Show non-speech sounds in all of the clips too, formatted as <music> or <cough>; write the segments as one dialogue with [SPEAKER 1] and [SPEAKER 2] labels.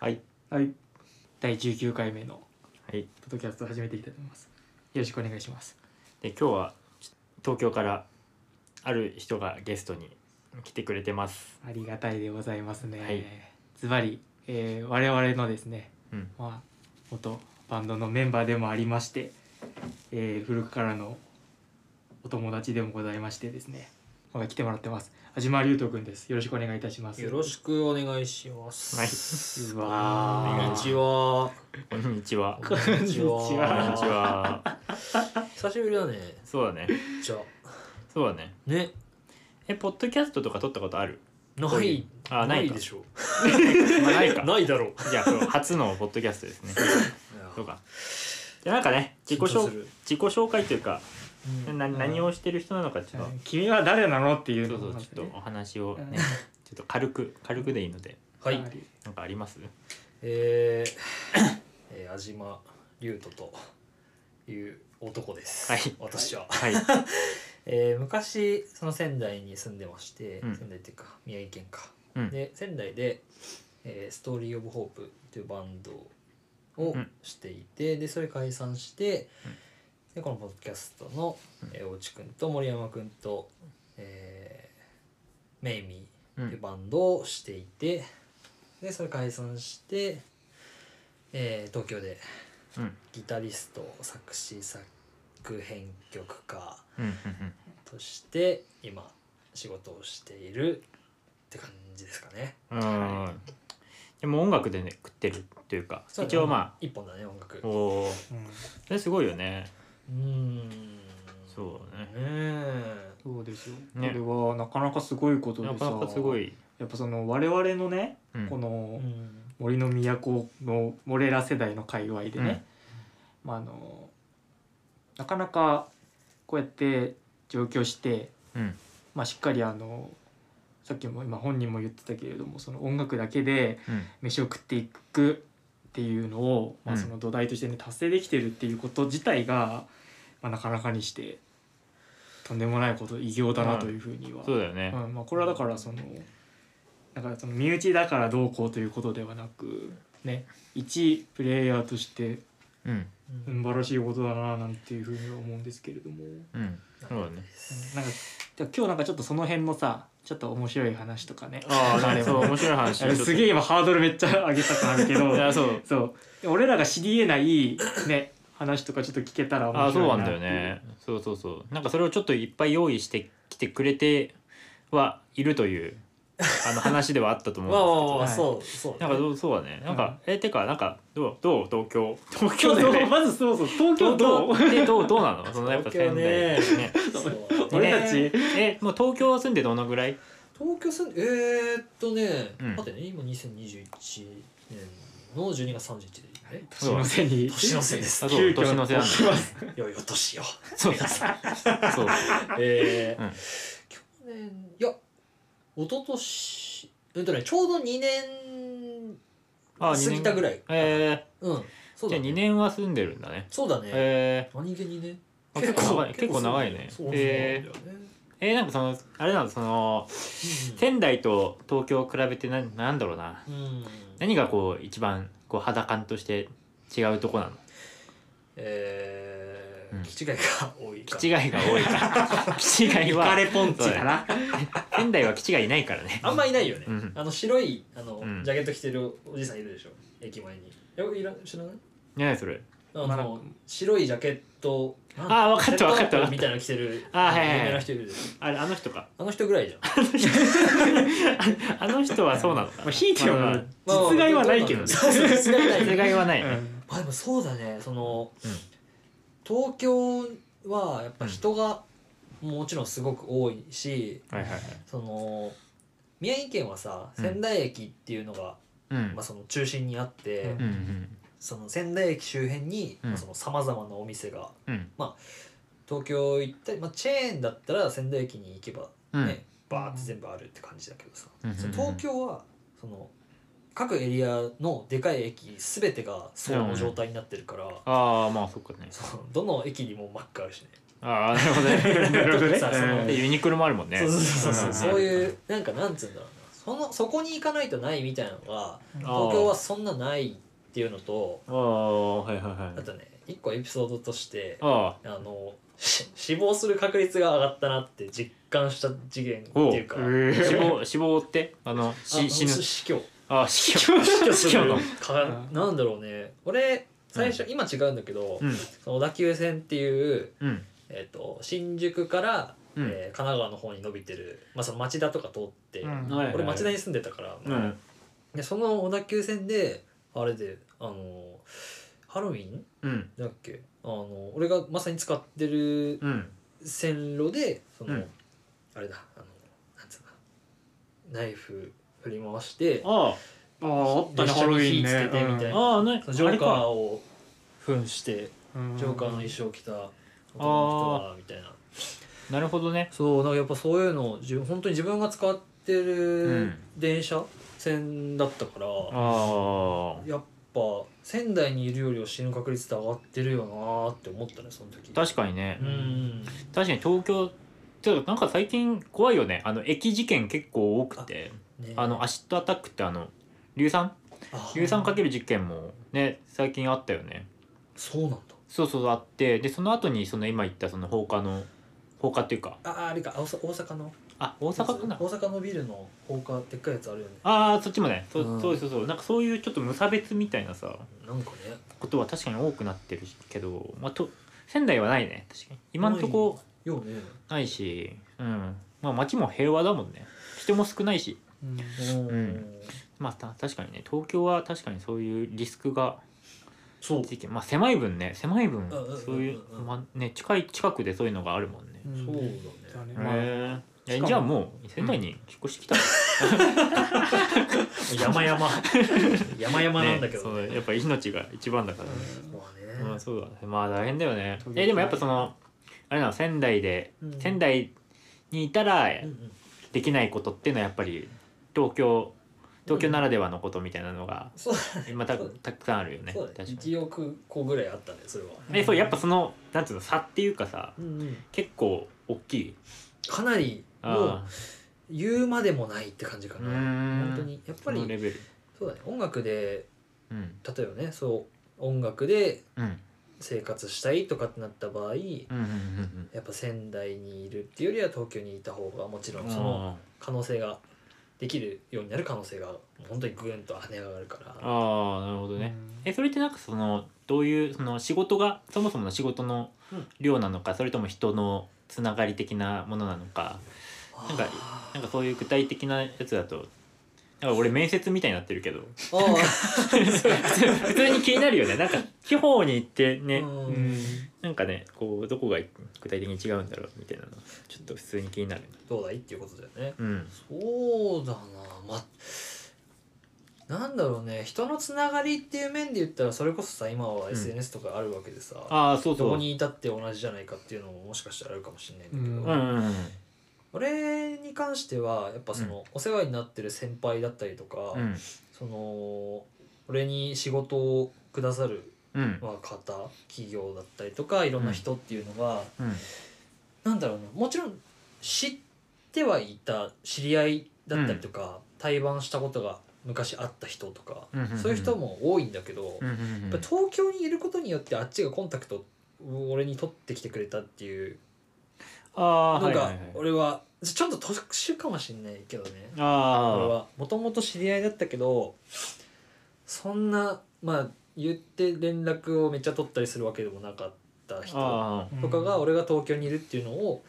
[SPEAKER 1] はい第19回目の
[SPEAKER 2] はい、
[SPEAKER 1] ポッドキャストを始めていきたいと思いますよろしくお願いします
[SPEAKER 2] で今日はちょ東京からある人がゲストに来てくれてます。
[SPEAKER 1] ありがたいでございますね、
[SPEAKER 2] はい
[SPEAKER 1] ズバリ、えー我々のですね
[SPEAKER 2] うん、
[SPEAKER 1] まあ元バンドのメンバーでもありまして、えー古くからのお友達でもございましてですねまだ来てもらってます安島龍斗くんですよろしくお願いいたします
[SPEAKER 3] よろしくお願いします。
[SPEAKER 2] はいう
[SPEAKER 1] わ
[SPEAKER 2] ー
[SPEAKER 3] こんにちは。
[SPEAKER 2] こんにちは。こんに
[SPEAKER 1] こんにちは
[SPEAKER 3] こんにち
[SPEAKER 2] ちは。
[SPEAKER 3] 久しぶりだね。
[SPEAKER 2] そうだね。
[SPEAKER 3] じゃあ
[SPEAKER 2] そうだね。
[SPEAKER 3] ね、
[SPEAKER 2] え、ポッドキャストとか撮ったことある？
[SPEAKER 3] な
[SPEAKER 2] う
[SPEAKER 3] い。
[SPEAKER 2] あ、ないか
[SPEAKER 3] で。しょ
[SPEAKER 2] <laughs> まあないか。
[SPEAKER 3] ないだろう。
[SPEAKER 2] じゃあそう初のポッドキャストですね。そうか。じゃあなんかね、自己
[SPEAKER 3] 緊張
[SPEAKER 2] 紹
[SPEAKER 3] する
[SPEAKER 2] 自己紹介というか、
[SPEAKER 3] うん
[SPEAKER 2] な
[SPEAKER 1] うん
[SPEAKER 2] 何をしてる人なのかちょっと、
[SPEAKER 1] 君は誰なのっていう
[SPEAKER 2] そう
[SPEAKER 1] の
[SPEAKER 2] そう
[SPEAKER 1] も
[SPEAKER 2] ちょっとお話を
[SPEAKER 1] うん
[SPEAKER 2] ね、ちょっと軽く軽くでいいので、
[SPEAKER 3] はい。
[SPEAKER 2] なんかあります？
[SPEAKER 3] えー <coughs> えー、安島龍斗という男です。
[SPEAKER 2] はい
[SPEAKER 3] 私は。
[SPEAKER 2] はい。
[SPEAKER 3] えー昔その仙台に住んでまして、
[SPEAKER 2] うん
[SPEAKER 3] 仙台っていうか宮城県か。
[SPEAKER 2] うん
[SPEAKER 3] で仙台で、えーストーリー・オブ・ホープというバンドを
[SPEAKER 2] うん
[SPEAKER 3] していて、でそれ解散して、
[SPEAKER 2] うん
[SPEAKER 3] でこのポッドキャストの、
[SPEAKER 2] うん
[SPEAKER 3] えー、大内くんと森山くんと、えーメイミ
[SPEAKER 2] う。
[SPEAKER 3] ーというんバンドをしていて、でそれ解散して、えー東京で
[SPEAKER 2] うん。
[SPEAKER 3] ギタリスト作詞作編曲家
[SPEAKER 2] うん。
[SPEAKER 3] として今仕事をしているって感じですかね。
[SPEAKER 2] うん。うん。うんでも音楽でね食ってるというか、
[SPEAKER 3] そうだ
[SPEAKER 2] 一
[SPEAKER 3] ね
[SPEAKER 2] 応ま
[SPEAKER 3] 一本だね音楽
[SPEAKER 2] あ、おお。
[SPEAKER 1] うん
[SPEAKER 2] それすごいよね。
[SPEAKER 3] うーん
[SPEAKER 2] そう
[SPEAKER 3] ね
[SPEAKER 2] ね。
[SPEAKER 3] え
[SPEAKER 1] そうですよ、
[SPEAKER 2] ね
[SPEAKER 1] これはなかなかすごいことで
[SPEAKER 2] な
[SPEAKER 1] さ
[SPEAKER 2] かなかすごい。
[SPEAKER 1] やっぱその我々のね、
[SPEAKER 2] うん
[SPEAKER 1] この
[SPEAKER 3] うん
[SPEAKER 1] 森の都のモレラ世代の界隈でね、まあ、あのなかなかこうやって上京して、
[SPEAKER 2] うん。
[SPEAKER 1] まあ、しっかりあのさっきも今本人も言ってたけれどもその音楽だけで
[SPEAKER 2] うん。
[SPEAKER 1] 飯を食っていくっていうのを、まあ、
[SPEAKER 2] うん
[SPEAKER 1] その土台としてね達成できてるっていうこと自体が、まあ、なかなかにしてとんでもないこと偉業だなというふうには、
[SPEAKER 2] そうだよね。
[SPEAKER 1] うんまあ、これはだからそのだからその身内だからどうこうということではなくね一プレイヤーとして
[SPEAKER 2] うん。
[SPEAKER 1] うん素晴らしいことだななんていうふうには思うんですけれども、うん
[SPEAKER 2] うん。そうだね。
[SPEAKER 1] なんかじゃあ今日なんかちょっとその辺のさちょっと面白い話とかね
[SPEAKER 2] ああ、
[SPEAKER 1] れ
[SPEAKER 2] そう、面白い話。ちょっと
[SPEAKER 1] すげえ今ハードルめっちゃ上げたくなるけ
[SPEAKER 2] い
[SPEAKER 1] ど
[SPEAKER 2] や、そう。
[SPEAKER 1] そうで俺らが知りえないね話とかちょっと聞けたら
[SPEAKER 2] あ
[SPEAKER 1] 面
[SPEAKER 2] あ、そう
[SPEAKER 1] 白な
[SPEAKER 2] ないんだよね。そうそうそう。なんかそれをちょっといっぱい用意してきてくれてはいるという、あの話ではあったと思
[SPEAKER 3] わあわあ
[SPEAKER 2] うんで
[SPEAKER 3] わあ
[SPEAKER 1] はい
[SPEAKER 3] そうそう
[SPEAKER 2] すけど。なんかどうそうだね。なんか、え、てか、なんか、どう、どう、東京。東
[SPEAKER 1] そう
[SPEAKER 2] だよ
[SPEAKER 1] そう
[SPEAKER 2] ね。
[SPEAKER 1] まずそうそう東京どう
[SPEAKER 2] うでどうどう
[SPEAKER 3] <laughs>
[SPEAKER 2] なのそのやっぱ仙台
[SPEAKER 3] 東京
[SPEAKER 2] ね
[SPEAKER 3] そう
[SPEAKER 1] <laughs> 俺たち
[SPEAKER 2] えもう東京住んでどのぐらい
[SPEAKER 3] 東京住んでえーっとね
[SPEAKER 2] うん
[SPEAKER 3] 待ってね今2021年の12月31日でいいね
[SPEAKER 1] 年の瀬に
[SPEAKER 3] 年の瀬です
[SPEAKER 2] あ
[SPEAKER 3] よ
[SPEAKER 2] そう
[SPEAKER 1] 急遽
[SPEAKER 2] 年の瀬なんだ
[SPEAKER 1] 起きます
[SPEAKER 3] いよ年よ
[SPEAKER 2] そうそう
[SPEAKER 3] <laughs>
[SPEAKER 2] そう
[SPEAKER 3] えー
[SPEAKER 2] うん
[SPEAKER 3] 去年いや一昨年えっとねちょうど2年
[SPEAKER 2] あ
[SPEAKER 3] 過ぎたぐらい
[SPEAKER 2] え
[SPEAKER 3] うんそ
[SPEAKER 2] ー、
[SPEAKER 3] う
[SPEAKER 2] じゃ
[SPEAKER 3] だ
[SPEAKER 2] あ
[SPEAKER 3] ね
[SPEAKER 2] 2年は住んでるんだね
[SPEAKER 3] そうだね
[SPEAKER 2] え
[SPEAKER 3] 何気にね
[SPEAKER 2] あ結構長い結構長いね
[SPEAKER 3] そうなんだよ
[SPEAKER 2] え
[SPEAKER 3] ね
[SPEAKER 2] ー、えー、なんかそのあれなのその仙台と東京を比べてななんだろうな
[SPEAKER 3] うんうん
[SPEAKER 2] 何がこう一番こう肌感として違うとこなの
[SPEAKER 3] え
[SPEAKER 2] うん
[SPEAKER 3] ー気違いが多いか
[SPEAKER 2] 気違いが多いから
[SPEAKER 3] <laughs>
[SPEAKER 2] 気違い
[SPEAKER 1] イカ
[SPEAKER 2] は
[SPEAKER 1] レポンチかな。
[SPEAKER 2] 仙台は気違いいないからね
[SPEAKER 3] あんまいないよね
[SPEAKER 2] うん
[SPEAKER 3] あの白いあの
[SPEAKER 2] うん
[SPEAKER 3] ジャケット着てるおじさんいるでしょ駅前によくいら知らない
[SPEAKER 2] 何それ
[SPEAKER 3] あ
[SPEAKER 1] まあなん
[SPEAKER 3] の
[SPEAKER 1] か
[SPEAKER 3] 白いジャケット
[SPEAKER 2] あーわかったわかったわかった
[SPEAKER 3] みたいなの着てる
[SPEAKER 2] あーはいはいはい
[SPEAKER 3] 有名な人いるでしょ
[SPEAKER 2] あれあの人か
[SPEAKER 3] あの人ぐらいじゃん
[SPEAKER 2] <laughs> あの人はそうなのか
[SPEAKER 1] まあ、ひいて
[SPEAKER 2] まあ
[SPEAKER 1] は
[SPEAKER 2] ま
[SPEAKER 3] まあまあ
[SPEAKER 1] 実害はないけどね。
[SPEAKER 3] そうそう実害な
[SPEAKER 2] あ
[SPEAKER 3] い
[SPEAKER 2] 違いはない、
[SPEAKER 1] うん
[SPEAKER 3] まあでもそうだねその、
[SPEAKER 2] うん
[SPEAKER 3] 東京はやっぱ人がもちろんすごく多いし、
[SPEAKER 2] はいはいはい
[SPEAKER 3] その宮城県はさ
[SPEAKER 2] うん
[SPEAKER 3] 仙台駅っていうのが、
[SPEAKER 2] うん
[SPEAKER 3] まあ、その中心にあって、
[SPEAKER 1] うん
[SPEAKER 2] うんうん
[SPEAKER 3] その仙台駅周辺に
[SPEAKER 2] うん
[SPEAKER 3] まあそのさまざまなお店が
[SPEAKER 2] うん
[SPEAKER 3] 東京行ったり、まあ、チェーンだったら仙台駅に行けば
[SPEAKER 2] うん
[SPEAKER 3] ね、バーって全部あるって感じだけどさ、
[SPEAKER 2] うん
[SPEAKER 3] その東京はその各エリアのでかい駅全てがそうの状態になってるから、
[SPEAKER 2] ああまあそっかね
[SPEAKER 3] そのどの駅にもマックあるしね
[SPEAKER 2] ああなるほどね
[SPEAKER 1] なるほどね
[SPEAKER 3] さその
[SPEAKER 1] うん
[SPEAKER 2] でユニクロもあるもんね
[SPEAKER 3] そうそうそうそう、
[SPEAKER 2] ん
[SPEAKER 3] そういうなんかなんつうんだろうなそのそこに行かないとないみたいなのが
[SPEAKER 2] あー
[SPEAKER 3] 東京はそんなないっていうのと
[SPEAKER 2] ああはいはいはい
[SPEAKER 3] あとね一個エピソードとして
[SPEAKER 2] あ
[SPEAKER 3] あのし死亡する確率が上がったなって実感した次元っていうか
[SPEAKER 1] おうへ
[SPEAKER 2] あ
[SPEAKER 1] え
[SPEAKER 2] 死亡死亡ってあの
[SPEAKER 3] あ
[SPEAKER 2] し死ぬ
[SPEAKER 3] 死死去
[SPEAKER 2] ああ死去死去
[SPEAKER 3] す
[SPEAKER 2] 死去
[SPEAKER 3] る
[SPEAKER 2] の
[SPEAKER 3] かなんだろうね俺最初、今違うんだけど、
[SPEAKER 2] うん
[SPEAKER 3] その小田急線っていう、
[SPEAKER 2] うん
[SPEAKER 3] えっと新宿から、
[SPEAKER 2] うん
[SPEAKER 3] えー神奈川の方に伸びてる、まあ、その町田とか通って、
[SPEAKER 1] うん
[SPEAKER 2] はいはい
[SPEAKER 3] 俺町田に住んでたから、
[SPEAKER 2] うん
[SPEAKER 3] でその小田急線であれであのハロウィン
[SPEAKER 2] うん
[SPEAKER 3] だっけあの俺がまさに使ってる
[SPEAKER 2] うん
[SPEAKER 3] 線路でその、
[SPEAKER 2] うん
[SPEAKER 3] あれだあのなんつうのナイフ振り回して
[SPEAKER 2] あ
[SPEAKER 1] あああったね
[SPEAKER 3] 一
[SPEAKER 1] ハ
[SPEAKER 3] 緒
[SPEAKER 1] ロウ
[SPEAKER 3] に
[SPEAKER 1] ィン
[SPEAKER 3] 火つけてみたい
[SPEAKER 1] ね
[SPEAKER 3] な
[SPEAKER 2] ああね
[SPEAKER 3] そのジョーカ
[SPEAKER 2] あ
[SPEAKER 3] ーを扮して
[SPEAKER 1] うん
[SPEAKER 3] ジョーカーの衣装着た男の人がみたいな
[SPEAKER 2] れかなるほどね
[SPEAKER 3] そうなんかやっぱそういうのを自分本当に自分が使って
[SPEAKER 2] う
[SPEAKER 3] る
[SPEAKER 2] ん
[SPEAKER 3] 電車線だったから、
[SPEAKER 2] ああ
[SPEAKER 3] やっぱ仙台にいるよりは死ぬ確率って上がってるよなーって思ったねその時
[SPEAKER 2] 確かにね
[SPEAKER 3] うん
[SPEAKER 2] 確かに東京ちょっとなんか最近怖いよねあの駅事件結構多くて
[SPEAKER 3] ね
[SPEAKER 2] あのアシッドアタックってあの硫酸
[SPEAKER 3] あ
[SPEAKER 2] 硫酸かける実験もね最近あったよね
[SPEAKER 3] そうなんだ
[SPEAKER 2] そうそうあってでその後にその今言ったその放火の放火っていうか
[SPEAKER 3] あああれか大阪大阪の
[SPEAKER 2] あ大阪かな
[SPEAKER 3] 大阪のビルの放火でっかいやつあるよね
[SPEAKER 2] あーそっちもねそ,、
[SPEAKER 3] う
[SPEAKER 2] うんそうそうそうなんかそういうちょっと無差別みたいなさ
[SPEAKER 3] なんかね
[SPEAKER 2] ことは確かに多くなってるけど、まあ、と仙台はないね確かに今のとこ
[SPEAKER 3] ようね
[SPEAKER 2] ないしうんまあ街も平和だもんね人も少ないし
[SPEAKER 1] うん
[SPEAKER 3] うん、
[SPEAKER 2] んまあた確かにね東京は確かにそういうリスクが
[SPEAKER 3] そう
[SPEAKER 2] 事件まあ狭い分ね狭い分
[SPEAKER 3] んうんうんうん
[SPEAKER 2] そういう、まあね、近い近くでそういうのがあるもんね、
[SPEAKER 1] うん
[SPEAKER 3] そうだね
[SPEAKER 1] だね
[SPEAKER 2] へ
[SPEAKER 1] まあし
[SPEAKER 2] ええ
[SPEAKER 1] かも
[SPEAKER 2] じゃあもう仙台に引っ越してきた、
[SPEAKER 3] <laughs> 山々山
[SPEAKER 2] <laughs>
[SPEAKER 3] 々
[SPEAKER 2] ね
[SPEAKER 3] なんだけど、
[SPEAKER 2] そ
[SPEAKER 3] ね
[SPEAKER 2] うやっぱ命が一番だからね、
[SPEAKER 3] まあね、
[SPEAKER 2] まあそうだねまあ大変だよね
[SPEAKER 1] 飛び
[SPEAKER 2] えでもやっぱそのあれなの仙台で、
[SPEAKER 3] うん
[SPEAKER 2] 仙台にいたら
[SPEAKER 3] うんうん
[SPEAKER 2] できないことっていうのはやっぱり東京東京ならではのことみたいなのが
[SPEAKER 3] そう
[SPEAKER 2] 今たたくさんあるよね
[SPEAKER 3] そう
[SPEAKER 2] 確
[SPEAKER 3] だ
[SPEAKER 2] か
[SPEAKER 3] ね
[SPEAKER 2] に
[SPEAKER 3] 1億個ぐらいあったねそれは、
[SPEAKER 2] えそうやっぱそのなんつうの差っていうかさ結構大きい
[SPEAKER 3] かなりもう
[SPEAKER 2] あ
[SPEAKER 3] 言うまでもないって感じか
[SPEAKER 2] あ
[SPEAKER 3] な、
[SPEAKER 2] 本
[SPEAKER 3] 本当にやっ
[SPEAKER 2] こ
[SPEAKER 3] ぱ
[SPEAKER 2] のレ
[SPEAKER 3] り
[SPEAKER 2] ベル
[SPEAKER 3] そうだね音楽で
[SPEAKER 2] うん
[SPEAKER 3] 例えばねそう音楽で
[SPEAKER 2] うん
[SPEAKER 3] 生活したいとかってなった場合
[SPEAKER 2] うんうんうん
[SPEAKER 3] やっぱ仙台にいるっていうよりは東京にいた方がもちろ
[SPEAKER 2] うんん
[SPEAKER 3] その
[SPEAKER 2] あ
[SPEAKER 3] 可能性ができるようになる可能性が本当にグーンと跳ね上がるから
[SPEAKER 2] あなるほどね
[SPEAKER 1] うん
[SPEAKER 2] えそれってなんかそのどういうその仕事がそもそもの仕事の
[SPEAKER 3] うん
[SPEAKER 2] 量なのか、それとも人のつながり的なものなのかなんか
[SPEAKER 3] あ
[SPEAKER 2] なんかそういう具体的なやつだとなんか俺面接みたいになってるけ
[SPEAKER 3] <laughs>
[SPEAKER 2] ど
[SPEAKER 3] ーあ
[SPEAKER 2] 普通に気になるよねなんか地方に行ってね、
[SPEAKER 3] ー、う
[SPEAKER 1] うんん
[SPEAKER 2] なんかねこうどこが具体的に違うんだろうみたいなのちょっと普通に気になる
[SPEAKER 3] どうだいっていうことだよね
[SPEAKER 2] うん
[SPEAKER 3] そうだなまなんだろうね人のつながりっていう面で言ったらそれこそさ今は SNS とかあるわけでさ、
[SPEAKER 2] ああそう
[SPEAKER 3] ど
[SPEAKER 2] そう
[SPEAKER 3] こ
[SPEAKER 2] うん
[SPEAKER 3] にいたって同じじゃないかっていうのももしかしたらあるかもしれないんだけど、
[SPEAKER 1] うん
[SPEAKER 2] うんうん
[SPEAKER 3] 俺に関してはやっぱその、お世話になってる先輩だったりとか、
[SPEAKER 2] うん
[SPEAKER 3] その俺に仕事をくださる
[SPEAKER 2] うん
[SPEAKER 3] まあ方企業だったりとかいろんな人っていうのが、
[SPEAKER 2] うん
[SPEAKER 3] なんだろうなもちろん知ってはいた知り合いだったりとか、対バンしたことが昔あった人とか、
[SPEAKER 2] うんうんうん
[SPEAKER 3] そういう人も多いんだけど、
[SPEAKER 2] うん
[SPEAKER 3] や
[SPEAKER 2] うんうん
[SPEAKER 3] っぱ東京にいることによってあっちがコンタクトを俺に取ってきてくれたっていう
[SPEAKER 2] ああ
[SPEAKER 3] の
[SPEAKER 2] はいはいは
[SPEAKER 3] が
[SPEAKER 2] い
[SPEAKER 3] 俺はちょっと特殊かもしれないけどね。俺
[SPEAKER 2] あ
[SPEAKER 3] はもともと知り合いだったけどそんなまあ言って連絡をめっちゃ取ったりするわけでもなかった
[SPEAKER 2] ー
[SPEAKER 3] 人
[SPEAKER 2] あ
[SPEAKER 1] うん
[SPEAKER 3] とかが俺が東京にいるっていうのを、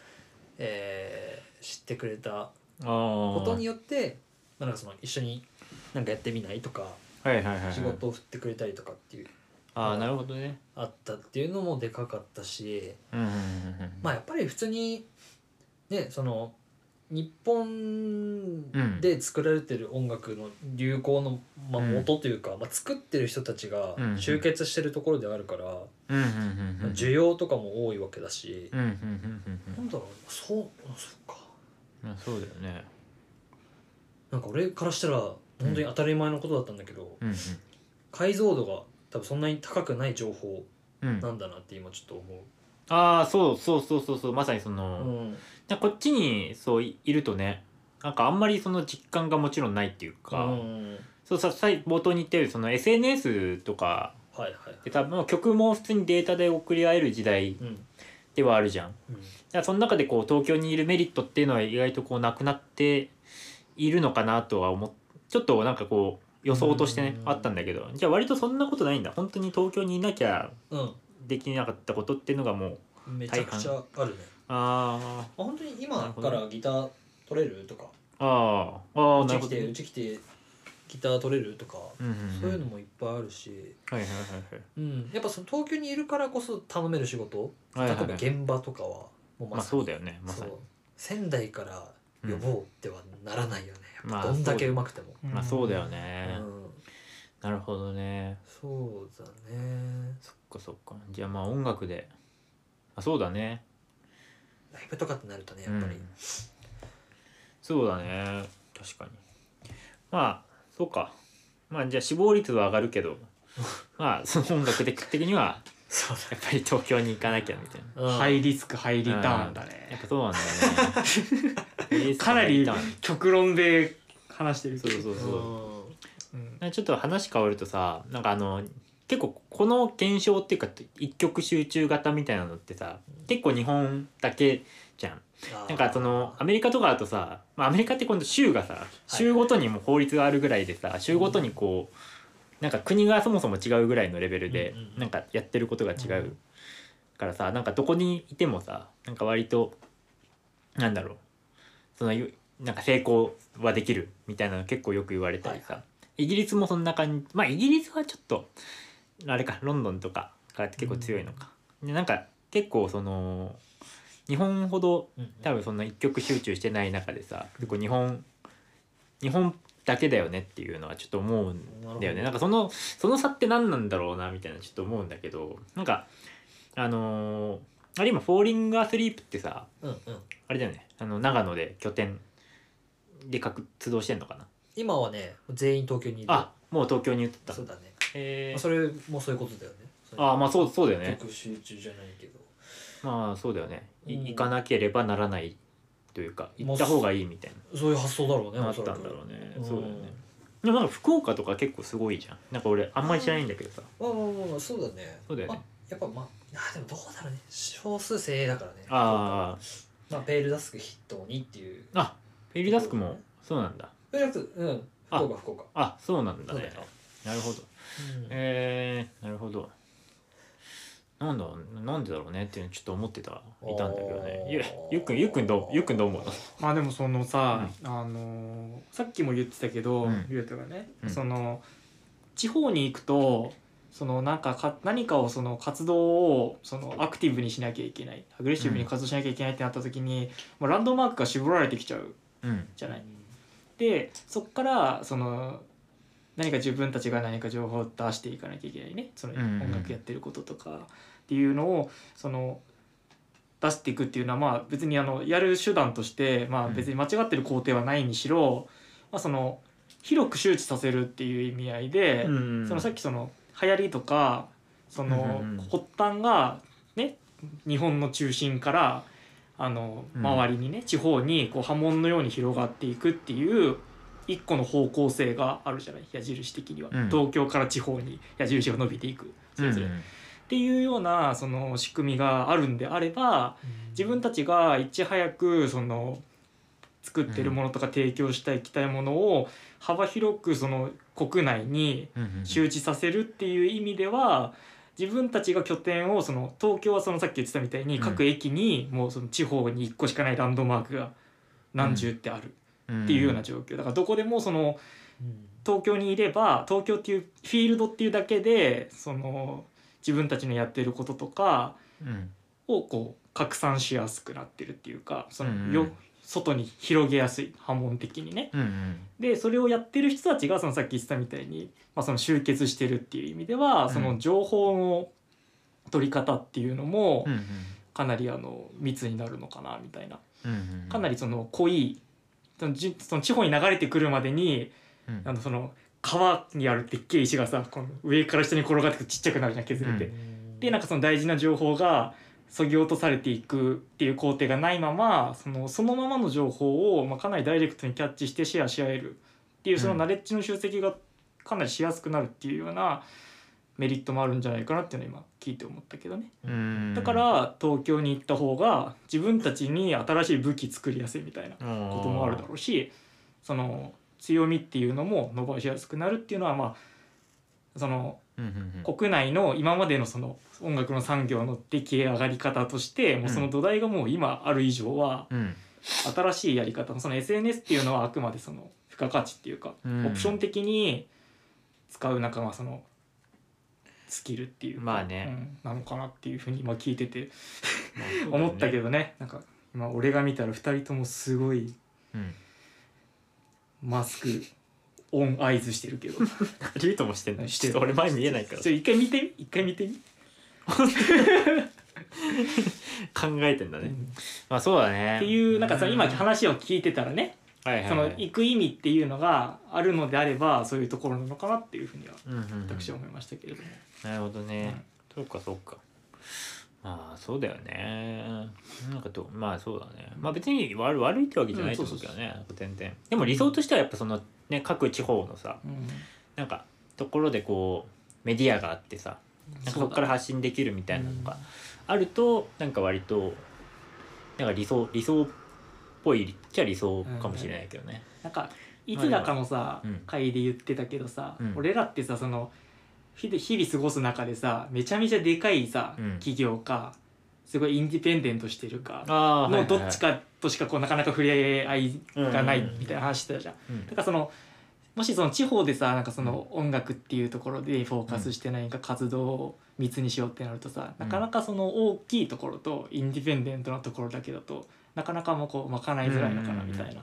[SPEAKER 3] えー知ってくれた
[SPEAKER 2] ーあ
[SPEAKER 3] ことに
[SPEAKER 2] よ
[SPEAKER 3] よってまあなんかその一緒になんかやってみないとか
[SPEAKER 2] はいはいはいはい
[SPEAKER 3] 仕事を振ってくれたりとかっていう
[SPEAKER 2] ああなるほどね
[SPEAKER 3] あったっていうのもでかかったし
[SPEAKER 2] うんうんうん
[SPEAKER 3] まあやっぱり普通にねその日本
[SPEAKER 2] ん
[SPEAKER 3] で作られてる音楽の流行の、まあ、
[SPEAKER 2] うん
[SPEAKER 3] 元というか、まあ、作ってる人たちが
[SPEAKER 2] うん
[SPEAKER 3] 集結してるところであるから、
[SPEAKER 2] うんうんうん
[SPEAKER 3] まあ需要とかも多いわけだし、
[SPEAKER 2] うんうんうんう
[SPEAKER 3] なんんだろうそうそうか
[SPEAKER 2] うんあそうだよね
[SPEAKER 3] なんか俺からしたら本当に当たり前のことだったんだけど、
[SPEAKER 2] うん
[SPEAKER 3] 解像度が多分そんなに高くない情報
[SPEAKER 2] うんう
[SPEAKER 3] なんんだなって今ちょっと思、
[SPEAKER 2] ああそうそうそうそうそうまさにそうの、
[SPEAKER 3] うん
[SPEAKER 2] なんかこっちにそういいるとねなんかあんまりその実感がもちろんないっていうか、
[SPEAKER 3] うん
[SPEAKER 2] そうささい冒頭に言ったようにその SNS とか
[SPEAKER 3] はいはい
[SPEAKER 2] で多分曲も普通にデータで送り合える時代
[SPEAKER 3] うん
[SPEAKER 2] ではあるじゃん。だ
[SPEAKER 3] うん
[SPEAKER 2] からその中でこう東京にいるメリットっていうのは意外とこうなくなっているのかなとは思っちょっとなんかこう予想としてね
[SPEAKER 3] うん
[SPEAKER 2] あったんだけどじゃあ割とそんなことないんだ本当に東京にいなきゃ
[SPEAKER 3] う
[SPEAKER 2] できなかったことっていうのがもうん
[SPEAKER 3] めちゃくちゃあるね
[SPEAKER 2] あ
[SPEAKER 3] あ本当に
[SPEAKER 2] な
[SPEAKER 3] 今
[SPEAKER 2] るほ
[SPEAKER 3] か
[SPEAKER 2] ど
[SPEAKER 3] らギター取れるとか
[SPEAKER 2] ーあーあー
[SPEAKER 3] う
[SPEAKER 2] な
[SPEAKER 3] ち
[SPEAKER 2] る
[SPEAKER 3] 来
[SPEAKER 2] ほど
[SPEAKER 3] て
[SPEAKER 2] ね、
[SPEAKER 3] うち来てギター取れるとか
[SPEAKER 2] うんうん
[SPEAKER 3] そういうのもいっぱいあるし、
[SPEAKER 2] はいはい
[SPEAKER 3] うん、やっぱその東京にいるからこそ頼める仕事
[SPEAKER 2] はい
[SPEAKER 3] 例
[SPEAKER 2] は
[SPEAKER 3] え
[SPEAKER 2] いはい
[SPEAKER 3] ば現場とかはもう
[SPEAKER 2] まあ
[SPEAKER 3] まさ
[SPEAKER 2] そ
[SPEAKER 3] に
[SPEAKER 2] うだよねまさに
[SPEAKER 3] そう仙台から呼ぼうってはならないよね、
[SPEAKER 2] うん
[SPEAKER 3] やっぱ
[SPEAKER 2] まあ
[SPEAKER 3] どんだけ上手くても、
[SPEAKER 2] まあそうだよ
[SPEAKER 3] うん
[SPEAKER 2] ね、なるほどね
[SPEAKER 3] そうだね
[SPEAKER 2] そっかそっかじゃあまあ音楽であそうだね
[SPEAKER 3] ライブとかってなるとねやっぱり、
[SPEAKER 2] うんそうだね確かにまあそうかまあじゃあ死亡率は上がるけ <laughs> どまあその音楽的的には
[SPEAKER 3] そう
[SPEAKER 2] やっぱり東京に行かなきゃみたいな
[SPEAKER 3] だ、うん
[SPEAKER 1] ハイリスクハイリターンだ
[SPEAKER 2] やっ
[SPEAKER 1] ね
[SPEAKER 2] ぱそうなんだよ <laughs> ね
[SPEAKER 1] かなり
[SPEAKER 2] そう
[SPEAKER 1] 極論で話してる
[SPEAKER 2] そうそう
[SPEAKER 3] う
[SPEAKER 2] そ
[SPEAKER 3] ん
[SPEAKER 1] うん
[SPEAKER 2] うちょっと話変わるとさなんかあの結構この現象っていうか一極集中型みたいなのってさ結構日本だけじゃん
[SPEAKER 3] あー
[SPEAKER 2] なんかそのアメリカとかだとさ、まあ、アメリカって今度州がさ州ごとにもう法律があるぐらいでさ州ごとにこうなんか国がそもそも違うぐらいのレベルで
[SPEAKER 3] うんうんうん
[SPEAKER 2] なんかやってることが違うからさなんかどこにいてもさなんか割となんだろうそのゆなんか成功はできるみたいなの結構よく言われたりさ、イギリスもそんな感じまあイギリスはちょっとあれかロンドンとかが結構強いのか、でなんか結構その日本ほど
[SPEAKER 3] うん
[SPEAKER 2] 多分そんな一極集中してない中でさ結構日本日本だけだよねっていうのはちょっと思うんだ
[SPEAKER 3] なる
[SPEAKER 2] よ
[SPEAKER 3] ほど
[SPEAKER 2] ねなんかそのその差って何なんだろうなみたいなちょっと思うんだけどなんかあのーあれ今「フォーリング・アスリープ」ってさ
[SPEAKER 3] うんうん
[SPEAKER 2] あれだよねあの長野で拠点で活動してんのかな
[SPEAKER 3] 今はね全員東京にいる
[SPEAKER 2] あもう東京に移った
[SPEAKER 3] そうだね、
[SPEAKER 2] え
[SPEAKER 3] ま
[SPEAKER 2] ー
[SPEAKER 3] あ、それもそういうことだよねそれ
[SPEAKER 2] あまあそうそうだよね
[SPEAKER 3] 特集中じゃないけど
[SPEAKER 2] まあそうだよねい
[SPEAKER 3] うん
[SPEAKER 2] 行かなければならないというか行った方がいいみたい
[SPEAKER 3] そういう発想だろうね
[SPEAKER 2] なな
[SPEAKER 3] お
[SPEAKER 2] っ
[SPEAKER 3] そ
[SPEAKER 2] た
[SPEAKER 3] ら
[SPEAKER 2] ん
[SPEAKER 3] く
[SPEAKER 2] だろうね
[SPEAKER 3] うん
[SPEAKER 2] そうだよねでもなんか福岡とか結構すごいじゃんなんか俺あんまり知らないんだけどさ
[SPEAKER 3] まあまあまあまあそうだね
[SPEAKER 2] そうだよね
[SPEAKER 3] まあやっぱまああでもどうだろうね少数精鋭だからね
[SPEAKER 2] あ
[SPEAKER 3] まあペールダスク筆頭にっていう
[SPEAKER 2] ああペリダスクもそうなんだ
[SPEAKER 3] ペールダスクうん
[SPEAKER 2] あ
[SPEAKER 3] 福岡福岡
[SPEAKER 2] あそうなんだ
[SPEAKER 3] そうだ
[SPEAKER 2] ね
[SPEAKER 3] よ
[SPEAKER 2] なるほど
[SPEAKER 3] うん
[SPEAKER 2] えー、なるほどなんだなんでだろうねっていうのちょっと思ってたいたんだけどねゆゆっくんゆっくんどうゆっくんどう思うの
[SPEAKER 1] まあでもそのさ、あのーさっきも言ってたけど、
[SPEAKER 2] うん
[SPEAKER 1] ゆうとがね、
[SPEAKER 2] うん
[SPEAKER 1] その地方に行くとそのなんかか何かをその活動をそのアクティブにしなきゃいけないアグレッシブに活動しなきゃいけないってなった時に、もうランドマークが絞られてきちゃう
[SPEAKER 2] うん
[SPEAKER 1] じゃない。でそっからその何か自分たちが何か情報を出していかなきゃいけないねその
[SPEAKER 2] うんうん
[SPEAKER 1] 音楽やってることとかっていうのをその出していくっていうのはまあ別にあのやる手段としてまあ
[SPEAKER 2] うん
[SPEAKER 1] 別に間違ってる工程はないにしろまあその広く周知させるっていう意味合いで
[SPEAKER 2] うん
[SPEAKER 1] そのさっきその流行りとかその
[SPEAKER 2] うんうんうん
[SPEAKER 1] 発端がね日本の中心からあの
[SPEAKER 2] うん
[SPEAKER 1] 周りにね地方にこう波紋のように広がっていくっていう一個の方向性があるじゃない矢印的には、
[SPEAKER 2] うん
[SPEAKER 1] 東京から地方に矢印が伸びていくそれぞれ、
[SPEAKER 2] うん
[SPEAKER 1] っ
[SPEAKER 2] うん
[SPEAKER 1] ていうようなその仕組みがあるんであれば自分たちがいち早くその作ってるものとか提供したいきたいものを幅広くその国内に
[SPEAKER 2] うんうんうん
[SPEAKER 1] 周知させるっていう意味では自分たちが拠点をその東京はそのさっき言ってたみたいに
[SPEAKER 2] うん
[SPEAKER 1] 各駅にもうその地方に1個しかないランドマークが何十ってあるっていうような状況だからどこでもその
[SPEAKER 3] うん
[SPEAKER 1] 東京にいれば東京っていうフィールドっていうだけでその自分たちのやってることとか
[SPEAKER 2] うん
[SPEAKER 1] をこう拡散しやすくなってるっていうかその
[SPEAKER 2] う
[SPEAKER 1] よ
[SPEAKER 2] ん
[SPEAKER 1] 外に広げやすい波紋的にね。
[SPEAKER 2] うんうん
[SPEAKER 1] でそれをやってる人たちがそのさっき言ってたみたいに、まあ、その集結してるっていう意味では、
[SPEAKER 2] ん
[SPEAKER 1] その情報の取り方っていうのも
[SPEAKER 2] うんうん
[SPEAKER 1] かなりあの密になるのかなみたいな
[SPEAKER 2] うんうん
[SPEAKER 1] かなりその濃いそのじその地方に流れてくるまでに
[SPEAKER 2] うん
[SPEAKER 1] あのその川にあるでっけえ石がさこの上から下に転がってくちっちゃくなるじゃん削れて。
[SPEAKER 2] う
[SPEAKER 1] でなんかその大事な情報がそぎ落とされていくっていう工程がないままそのそのままの情報を、まあ、かなりダイレクトにキャッチしてシェアし合えるっていうその
[SPEAKER 2] うん
[SPEAKER 1] ナレッジの集積がかなりしやすくなるっていうようなメリットもあるんじゃないかなっていうのを今聞いて思ったけどね
[SPEAKER 2] うん
[SPEAKER 1] だから東京に行った方が自分たちに新しい武器作りやすいみたいな
[SPEAKER 2] こ
[SPEAKER 1] こともあるだろうしその強みっていうのも伸ばしやすくなるっていうのはまあその
[SPEAKER 2] うんうんうん
[SPEAKER 1] 国内の今までのその音楽の産業の出来上がり方としてもうその土台がもう今ある以上は
[SPEAKER 2] うん
[SPEAKER 1] 新しいやり方その SNS っていうのはあくまでその付加価値っていうか
[SPEAKER 2] うん
[SPEAKER 1] オプション的に使う仲間そのスキルっていうか
[SPEAKER 2] まあね
[SPEAKER 1] うんなのかなっていうふうに今聞いてて
[SPEAKER 2] まあそうだよね
[SPEAKER 1] 思ったけどねなんか今俺が見たら2人ともすごい
[SPEAKER 2] うん
[SPEAKER 1] マスクオン合図してるけど
[SPEAKER 2] リュウトもしてんの
[SPEAKER 1] してる
[SPEAKER 2] <laughs> ちょっと俺前見えないから
[SPEAKER 1] ちょ一回見て一回見てみ、
[SPEAKER 2] 考えてんだ
[SPEAKER 1] う
[SPEAKER 2] ね
[SPEAKER 1] ん
[SPEAKER 2] まあそうだね
[SPEAKER 1] っていうなんかさ今
[SPEAKER 2] うん
[SPEAKER 1] 話を聞いてたらね
[SPEAKER 2] はいはいはい
[SPEAKER 1] その行く意味っていうのがあるのであればそういうところなのかなっていうふうには
[SPEAKER 2] うんうんうん
[SPEAKER 1] 私は思いましたけれども、
[SPEAKER 2] なるほど
[SPEAKER 1] う
[SPEAKER 2] ね
[SPEAKER 1] ん、
[SPEAKER 2] そうかそうかまあそうだよねなんかとまあそうだねまあ別に悪悪いってわけじゃないと思うけどね、全然でも理想としてはやっぱそのね各地方のさ
[SPEAKER 1] うん
[SPEAKER 2] なんかところでこうメディアがあってさなんかそこから発信できるみたいなのがあるとなんか割となんか理想理想っぽいっちゃ理想かもしれないけどね、
[SPEAKER 1] なんかいつだかのさ、
[SPEAKER 2] うん
[SPEAKER 1] 会で言ってたけどさ、
[SPEAKER 2] うん
[SPEAKER 1] 俺らってさその日々日々過ごす中でさめちゃめちゃでかいさ、
[SPEAKER 2] うん
[SPEAKER 1] 企業かすごいインディペンデントしてるか
[SPEAKER 2] ああ
[SPEAKER 1] のどっちかとしかこうなかなか触れ合いがな
[SPEAKER 2] う
[SPEAKER 1] い
[SPEAKER 2] んうんうん
[SPEAKER 1] みたいな話してたじゃん。
[SPEAKER 2] うん
[SPEAKER 1] だからそのもしその地方でさなんかその音楽っていうところでフォーカスして何か活動を密にしようってなるとさ、
[SPEAKER 2] うん
[SPEAKER 1] なかなかその大きいところとインディペンデントなところだけだとなかなかもうこう賄いづらいのかなみたいな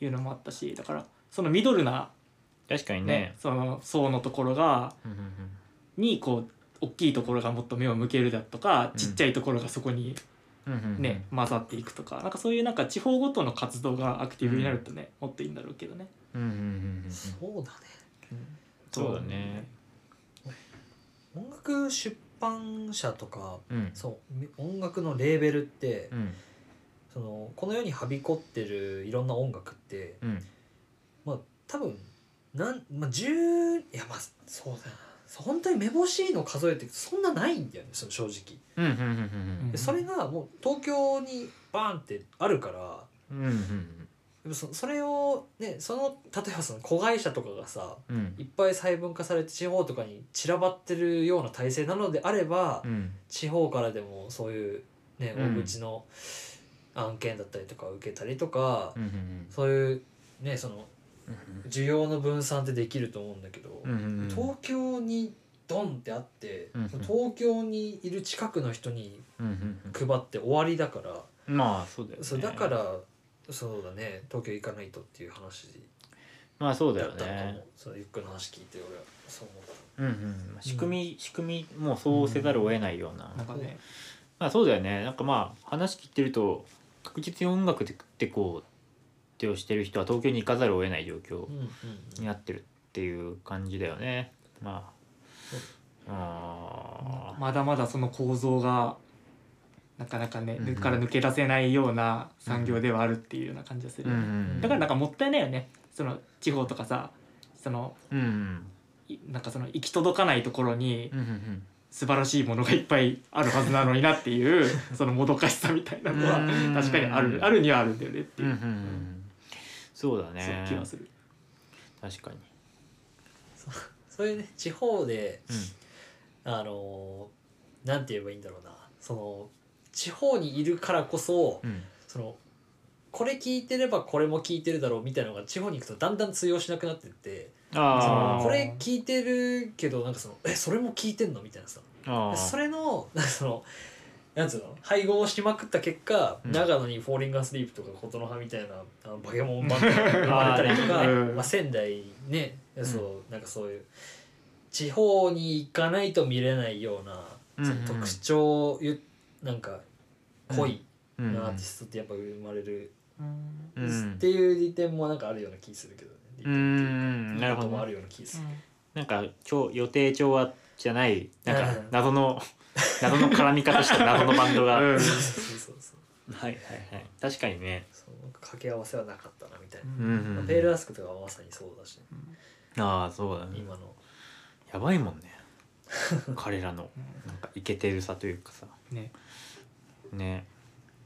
[SPEAKER 1] いうのもあったしだからそのミドルな、
[SPEAKER 2] 確かに
[SPEAKER 1] ね
[SPEAKER 2] ね
[SPEAKER 1] その層のところが
[SPEAKER 2] うんうんうん
[SPEAKER 1] にこう大きいところがもっと目を向けるだとか
[SPEAKER 2] うん
[SPEAKER 1] ちっちゃいところがそこに
[SPEAKER 2] うんうんうん
[SPEAKER 1] ね、混ざっていくとかなんかそういうなんか地方ごとの活動がアクティブになるとね、もっといいんだろうけどね。
[SPEAKER 2] うんうんうんうんうん
[SPEAKER 3] そうだね
[SPEAKER 2] そうだね。
[SPEAKER 3] 音楽出版社とか
[SPEAKER 2] うん
[SPEAKER 3] そうみ音楽のレーベルって、
[SPEAKER 2] うん
[SPEAKER 3] そのこの世にはびこってるいろんな音楽って
[SPEAKER 2] うん
[SPEAKER 3] 多分なん、まあ、10いやまあそうだなそう本当にめぼしいの数えていくとそんなないんだよねその正直
[SPEAKER 2] うんうんうん
[SPEAKER 3] でそれがもう東京にバーンってあるから
[SPEAKER 2] うんうんうん
[SPEAKER 3] でもそそれをねその例えばその子会社とかがさ
[SPEAKER 2] うん
[SPEAKER 3] いっぱい細分化されて地方とかに散らばってるような体制なのであれば、
[SPEAKER 2] うん
[SPEAKER 3] 地方からでもそういうね
[SPEAKER 2] うん
[SPEAKER 3] 大口の案件だったりとか受けたりとか、
[SPEAKER 2] うんうんうん
[SPEAKER 3] そういうねその需要の分散ってできると思うんだけど、
[SPEAKER 2] うんうんうん
[SPEAKER 3] 東京にドンってあって、
[SPEAKER 2] うん
[SPEAKER 3] 東京にいる近くの人に
[SPEAKER 2] うんうん
[SPEAKER 3] 配って終わりだから、
[SPEAKER 2] うんまあそうだよね
[SPEAKER 3] そうだからそうだね東京行かないとっていう話
[SPEAKER 2] まあそうだ
[SPEAKER 3] だ
[SPEAKER 2] よ
[SPEAKER 3] ったのかも、
[SPEAKER 2] ね
[SPEAKER 3] そのゆっくりの話聞いて俺はそう思った
[SPEAKER 2] うんうん仕組み仕組みもうそうせざるを得ないような
[SPEAKER 1] なんかね、
[SPEAKER 2] まあそうだよねなんかまあ話聞いてると確実に音楽でってこう手をしてる人は東京に行かざるを得ない状況
[SPEAKER 3] うんうん
[SPEAKER 2] になってるっていう感じだよねまああ
[SPEAKER 1] まだまだその構造がなかなかね、
[SPEAKER 2] うんうん
[SPEAKER 1] から抜け出せないような産業ではあるっていうような感じがする
[SPEAKER 2] ーう
[SPEAKER 1] よ
[SPEAKER 2] ん
[SPEAKER 1] ね、
[SPEAKER 2] うん
[SPEAKER 1] だからなんかもったいないよねその地方とかさその
[SPEAKER 2] うんうん
[SPEAKER 1] いなんかその行き届かないところに
[SPEAKER 2] うんうん
[SPEAKER 1] 素晴らしいものがいっぱいあるはずなのになって
[SPEAKER 2] <laughs>
[SPEAKER 1] いうそのもどかしさみたいなのは
[SPEAKER 2] うん
[SPEAKER 1] 確かにあるあるにはあるんだよねって
[SPEAKER 2] うん
[SPEAKER 1] い
[SPEAKER 2] うんう
[SPEAKER 1] う,、
[SPEAKER 2] んそうだ
[SPEAKER 1] そう
[SPEAKER 2] ね
[SPEAKER 1] 気がする。
[SPEAKER 2] 確かに、
[SPEAKER 3] そういうね地方で
[SPEAKER 2] うん、
[SPEAKER 3] あのーなんて言えばいいんだろうなその地方にいるからこそ
[SPEAKER 2] うん、
[SPEAKER 3] そのこれ聞いてればこれも聞いてるだろうみたいなのが地方に行くとだんだん通用しなくなってってそ
[SPEAKER 2] あ
[SPEAKER 3] の
[SPEAKER 2] ー
[SPEAKER 3] これ聞いてるけどなんかそのえそれも聞いてんのみたいなさ
[SPEAKER 2] あー
[SPEAKER 3] それのなんかそのなんつうの配合をしまくった結果、
[SPEAKER 2] うん
[SPEAKER 3] 長野に「フォーリング・アスリープ」とか「琴の葉」みたいなあのバケモン版が生まれたりと
[SPEAKER 1] あ
[SPEAKER 3] か、
[SPEAKER 1] ーねうん
[SPEAKER 3] まあ、仙台ねそう、なんかそういう地方に行かないと見れないような、
[SPEAKER 2] うんうんうん
[SPEAKER 3] その特徴をゆなんか濃い
[SPEAKER 2] うんうん
[SPEAKER 3] アーティストってやっぱ生まれる、
[SPEAKER 1] うん
[SPEAKER 2] うん
[SPEAKER 3] っていう利点もなんかあるような気するけどね。
[SPEAKER 2] うんうんなるほど
[SPEAKER 3] いいことも
[SPEAKER 2] ね
[SPEAKER 3] あるような気する。
[SPEAKER 2] なんか今日予定調和じゃないなんか
[SPEAKER 3] うん
[SPEAKER 2] 謎の謎の絡み方した謎のバンドが、
[SPEAKER 1] うん
[SPEAKER 2] はい
[SPEAKER 3] そうそうそうそう
[SPEAKER 2] はいはい確かにね
[SPEAKER 3] そうなんか掛け合わせはなかったなみたいな。
[SPEAKER 2] うんうん
[SPEAKER 3] ペールアスクとかはまさにそうだし、
[SPEAKER 2] ああそうだね
[SPEAKER 3] 今の
[SPEAKER 2] やばいもんね彼らのなんかイケてるさというかさ
[SPEAKER 1] ね
[SPEAKER 2] ね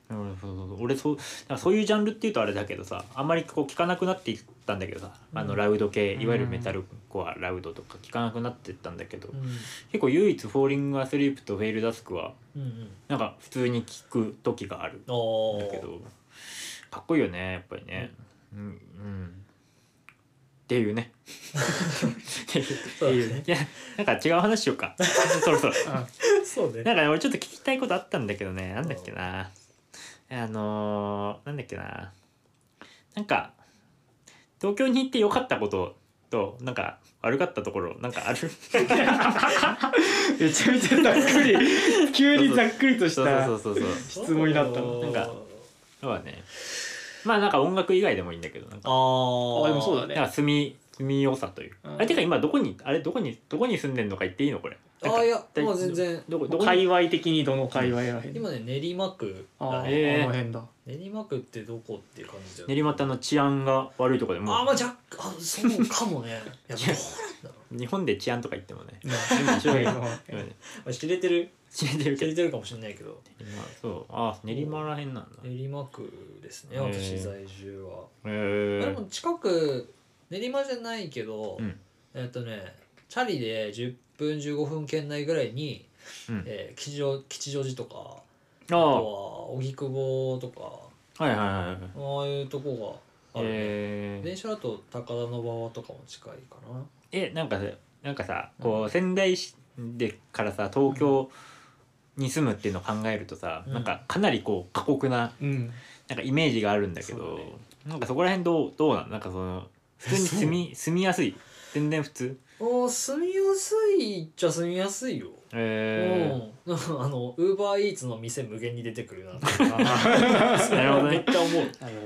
[SPEAKER 2] 俺そうそうそう俺そうだからそういうジャンルっていうとあれだけどさあんまりこう聞かなくなっていったんだけどさ、あのラウド系いわゆるメタルコアラウドとか聞かなくなってったんだけど、
[SPEAKER 3] う
[SPEAKER 2] 結構唯一「フォーリング・アスリープ」と「フェイル・ダスク」は
[SPEAKER 3] んうん
[SPEAKER 2] なんか普通に聞く時があるんだ
[SPEAKER 3] おお
[SPEAKER 2] けどかっこいいよねやっぱりね。うん、うんっていうね。っていう
[SPEAKER 3] そうですね
[SPEAKER 2] いやなんか違う話しよう <laughs> か。そろそろ。
[SPEAKER 1] あ
[SPEAKER 3] <laughs> そうね
[SPEAKER 2] <laughs> なんかね俺ちょっと聞きたいことあったんだけどねなんだっけなあのー、なんだっけななんか東京に行って良かったこととなんか悪かったところなんかある
[SPEAKER 1] めちゃめちゃざっく
[SPEAKER 2] <laughs>
[SPEAKER 1] り急にざっくりとした
[SPEAKER 2] そうそうそうそう
[SPEAKER 1] 質問になったの
[SPEAKER 2] なんかそうだねまあなんか音楽以外でもいいんだけどなん
[SPEAKER 3] あ
[SPEAKER 2] か
[SPEAKER 3] ー
[SPEAKER 1] あでもそうだ
[SPEAKER 2] なん
[SPEAKER 1] ね
[SPEAKER 2] か住み住みよさという、
[SPEAKER 1] うん
[SPEAKER 2] あてか今どこにあれどこにどこに住んでんのか言っていいのこれなん
[SPEAKER 3] あ
[SPEAKER 2] か
[SPEAKER 3] ーいや
[SPEAKER 2] だ
[SPEAKER 3] もう全然
[SPEAKER 2] どこどこ
[SPEAKER 1] 界
[SPEAKER 2] に
[SPEAKER 1] 隈的にどの界隈らへん
[SPEAKER 3] 今ね練馬区
[SPEAKER 1] あ
[SPEAKER 3] だ
[SPEAKER 1] あ、
[SPEAKER 3] ね
[SPEAKER 2] えー
[SPEAKER 1] あの辺だ
[SPEAKER 3] 練馬区ってどこっていう感じだよね
[SPEAKER 2] 練馬ってあの治安が悪いとこでもう
[SPEAKER 3] あーまあ若干あそうかもねいやどうなんだろ
[SPEAKER 2] 日本で治安とか言ってもね
[SPEAKER 1] 一応言うのは
[SPEAKER 2] 今ね
[SPEAKER 3] うまあ知れてる
[SPEAKER 2] 知れてる
[SPEAKER 3] 知
[SPEAKER 2] けど
[SPEAKER 3] れてるかもしれないけど
[SPEAKER 2] 練馬そうあ練馬らへんなんだへ
[SPEAKER 3] 練馬区ですね
[SPEAKER 2] へー
[SPEAKER 3] 私在住は、
[SPEAKER 2] え
[SPEAKER 3] でも近く練馬じゃないけど、
[SPEAKER 2] うん
[SPEAKER 3] えっとねチャリで10分15分圏内ぐらいに、
[SPEAKER 2] うん
[SPEAKER 3] えー吉祥吉祥寺とか
[SPEAKER 2] あ
[SPEAKER 3] あと
[SPEAKER 2] あは
[SPEAKER 3] は荻窪とか
[SPEAKER 2] いはいはいはい
[SPEAKER 3] ああいうとこがあるね、
[SPEAKER 2] えー
[SPEAKER 3] 電車だと高田馬場とかも近いかな
[SPEAKER 2] えなんかさなんかさこう仙台市でからさ東京に住むっていうのを考えるとさ、
[SPEAKER 3] うん
[SPEAKER 2] なんかかなりこう過酷な
[SPEAKER 1] うん
[SPEAKER 2] なんかイメージがあるんだけ
[SPEAKER 3] そう
[SPEAKER 2] ど、
[SPEAKER 3] だね
[SPEAKER 2] なんかそこら辺どうどうなんなんかその普通に住み住みやすい全然普通
[SPEAKER 3] おー住みやすいっちゃ住みやすいよ、
[SPEAKER 2] え
[SPEAKER 3] うん <laughs> あのウーバーイーツの店無限に出てくるなって
[SPEAKER 2] ー、 <laughs> なるほど
[SPEAKER 3] めっ <laughs>
[SPEAKER 2] ね
[SPEAKER 3] ちゃ思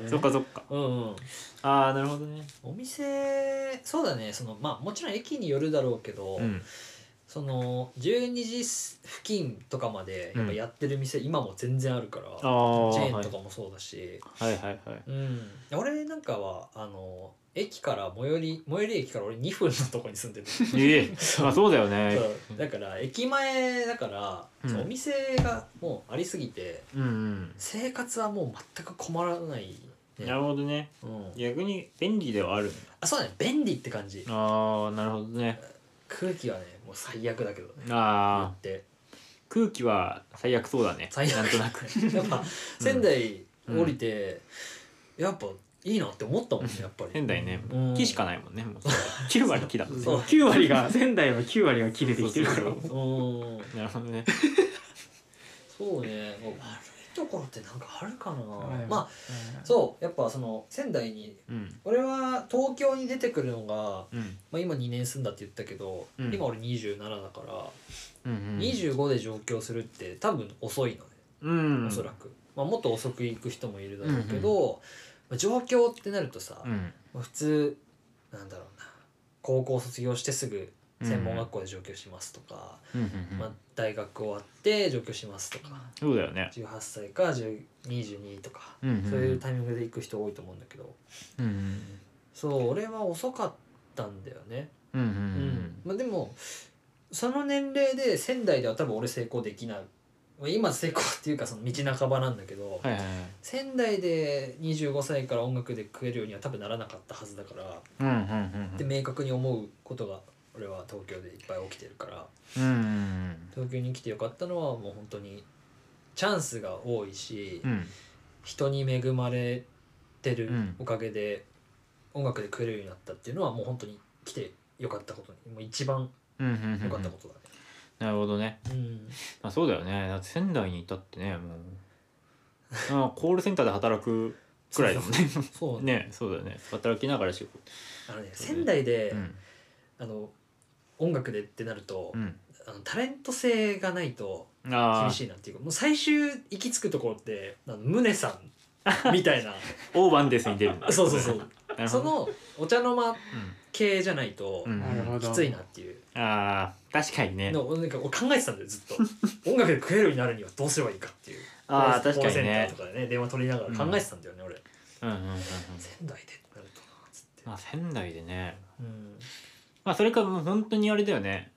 [SPEAKER 3] う
[SPEAKER 2] そっかそっか
[SPEAKER 3] うんうん
[SPEAKER 2] ああなるほどね
[SPEAKER 3] お店そうだねそのまあもちろん駅によるだろうけど、
[SPEAKER 2] うん
[SPEAKER 3] その12時付近とかまでやっぱやってる店、今も全然あるから
[SPEAKER 2] ああ
[SPEAKER 3] チ
[SPEAKER 2] は
[SPEAKER 3] ェ
[SPEAKER 2] い
[SPEAKER 3] ーン
[SPEAKER 2] はい
[SPEAKER 3] とかもそうだし、
[SPEAKER 2] はいはい
[SPEAKER 3] うん俺なんかはあの駅から最寄り最寄り駅から俺2分のとこに
[SPEAKER 2] <laughs>
[SPEAKER 3] 住んでる
[SPEAKER 2] え
[SPEAKER 3] <laughs>
[SPEAKER 2] えまあそうだよね
[SPEAKER 3] そうだから駅前だから、
[SPEAKER 2] うん
[SPEAKER 3] そうお店がもうありすぎて
[SPEAKER 2] うんうん
[SPEAKER 3] 生活はもう全く困らない、ね
[SPEAKER 2] なるほどね
[SPEAKER 3] うん、
[SPEAKER 2] 逆に便利ではあるんだ
[SPEAKER 3] あそうだね便利って感じ
[SPEAKER 2] ああなるほどね
[SPEAKER 3] 空気はねもう最悪だけどね言
[SPEAKER 2] あ
[SPEAKER 3] っ
[SPEAKER 2] あ
[SPEAKER 3] て
[SPEAKER 2] 空気は最悪そうだね
[SPEAKER 3] 最悪
[SPEAKER 2] なんとなく
[SPEAKER 3] <laughs> やっぱ仙台降りて、やっぱいいなって思ったもんねやっぱり
[SPEAKER 2] 仙台ね
[SPEAKER 3] うん
[SPEAKER 2] 木しかないもんねもう9割木だもんね
[SPEAKER 3] そう
[SPEAKER 1] 9割が仙台は9割が木でできてるから
[SPEAKER 2] そうそう
[SPEAKER 3] うん
[SPEAKER 2] そうなるほどね
[SPEAKER 3] そうねもう悪いところってなんかあるかな、
[SPEAKER 1] うん
[SPEAKER 3] まあそうやっぱその仙台に
[SPEAKER 2] うん
[SPEAKER 3] 俺は東京に出てくるのが
[SPEAKER 2] うん
[SPEAKER 3] まあ、今2年住んだって言ったけど、
[SPEAKER 2] うん
[SPEAKER 3] 今俺27だから、
[SPEAKER 2] うん
[SPEAKER 3] 25で上京するって多分遅いのね、
[SPEAKER 2] うん
[SPEAKER 3] おそらく、まあ、もっと遅く行く人もいるだろうけど、まあ上京ってなるとさ、
[SPEAKER 2] うん
[SPEAKER 3] まあ普通なんだろうな高校卒業してすぐ専門学校で上京しますとか、
[SPEAKER 2] うんうんうん
[SPEAKER 3] まあ、大学終わって上京しますとか
[SPEAKER 2] そうだよね
[SPEAKER 3] 18歳か10 22とか、
[SPEAKER 2] うんうん
[SPEAKER 3] そういうタイミングで行く人多いと思うんだけど
[SPEAKER 2] うんうん
[SPEAKER 3] そう俺は遅かったんだよね。
[SPEAKER 2] うんうん
[SPEAKER 3] まあ、でもその年齢で仙台では多分俺成功できないまあ今成功っていうかその道半ばなんだけど、
[SPEAKER 2] うんはいはいはい
[SPEAKER 3] 仙台で25歳から音楽で食えるようには多分ならなかったはずだから、
[SPEAKER 2] うんうんうん
[SPEAKER 3] で明確に思うことが俺は東京でいっぱい起きてるから
[SPEAKER 2] うんうん
[SPEAKER 3] 東京に来てよかったのはもう本当にチャンスが多いし、
[SPEAKER 2] うんうん
[SPEAKER 3] 人に恵まれてる
[SPEAKER 2] うん
[SPEAKER 3] おかげで音楽で食えるようになったっていうのはもう本当に来てよかったことにもう一番
[SPEAKER 2] うんうんうんうん
[SPEAKER 3] よかったことだね。
[SPEAKER 2] なるほどね
[SPEAKER 3] うん
[SPEAKER 2] まあ、そうだよねだって仙台にいたってね <laughs> もうあコールセンターで働くくらいだもんね
[SPEAKER 3] そうね
[SPEAKER 2] <laughs> ねそうだよね働きながら仕事
[SPEAKER 3] あのね仙台で、
[SPEAKER 2] うん
[SPEAKER 3] あの音楽でってなると、
[SPEAKER 2] うん
[SPEAKER 3] あのタレント性がないと
[SPEAKER 2] あ
[SPEAKER 3] 厳
[SPEAKER 2] あ
[SPEAKER 3] しいなっていうかもう最終行き着くところってあのムネさんみ
[SPEAKER 2] <laughs>
[SPEAKER 3] たいな
[SPEAKER 2] オーバンデスに出るんだ
[SPEAKER 3] そうそうそう
[SPEAKER 2] なるほ
[SPEAKER 3] そ
[SPEAKER 2] ど
[SPEAKER 3] のお茶の間系じゃないと
[SPEAKER 2] うん、うん
[SPEAKER 1] なるほど
[SPEAKER 3] きついなっていう
[SPEAKER 2] あー確かにね
[SPEAKER 3] のなんか俺考えてたんだよずっ
[SPEAKER 2] <laughs>
[SPEAKER 3] と音楽で食えるようになるにはどうすればいいかっていう
[SPEAKER 2] ああ
[SPEAKER 3] コー
[SPEAKER 2] 確かに
[SPEAKER 3] ルコールセンタ
[SPEAKER 2] ね
[SPEAKER 3] ーとかでね電話取りながら考えてたんだよね、俺
[SPEAKER 2] うんうんうんうん
[SPEAKER 3] 仙台でってなるとなっつって、
[SPEAKER 2] まあ仙台でね
[SPEAKER 3] うん
[SPEAKER 2] まあそれかもう本当にあれだよね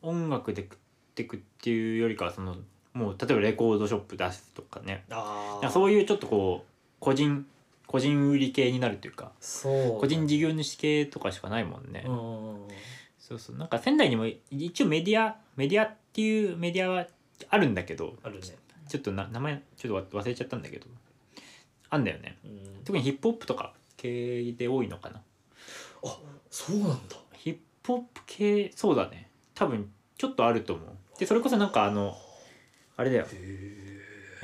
[SPEAKER 2] 音楽で食ってくっていうよりかはそのもう例えばレコードショップ出すとかね
[SPEAKER 3] あ
[SPEAKER 2] なん
[SPEAKER 3] あ
[SPEAKER 2] かそういうちょっとこう個人個人売り系になるというか
[SPEAKER 3] そう
[SPEAKER 2] 個人事業主系とかしかないもんね、
[SPEAKER 3] うんうんうん
[SPEAKER 2] そうそうなんか仙台にも一応メディアメディアっていうメディアはあるんだけど
[SPEAKER 3] あるね、
[SPEAKER 2] ちょっとな名前ちょっと忘れちゃったんだけどあんだよね
[SPEAKER 3] うん、
[SPEAKER 2] 特にヒップホップとか系で多いのかな
[SPEAKER 3] そうなんだ
[SPEAKER 2] ヒップホップ系そうだね多分ちょっとあると思うでそれこそなんかあのあれだよ
[SPEAKER 3] へ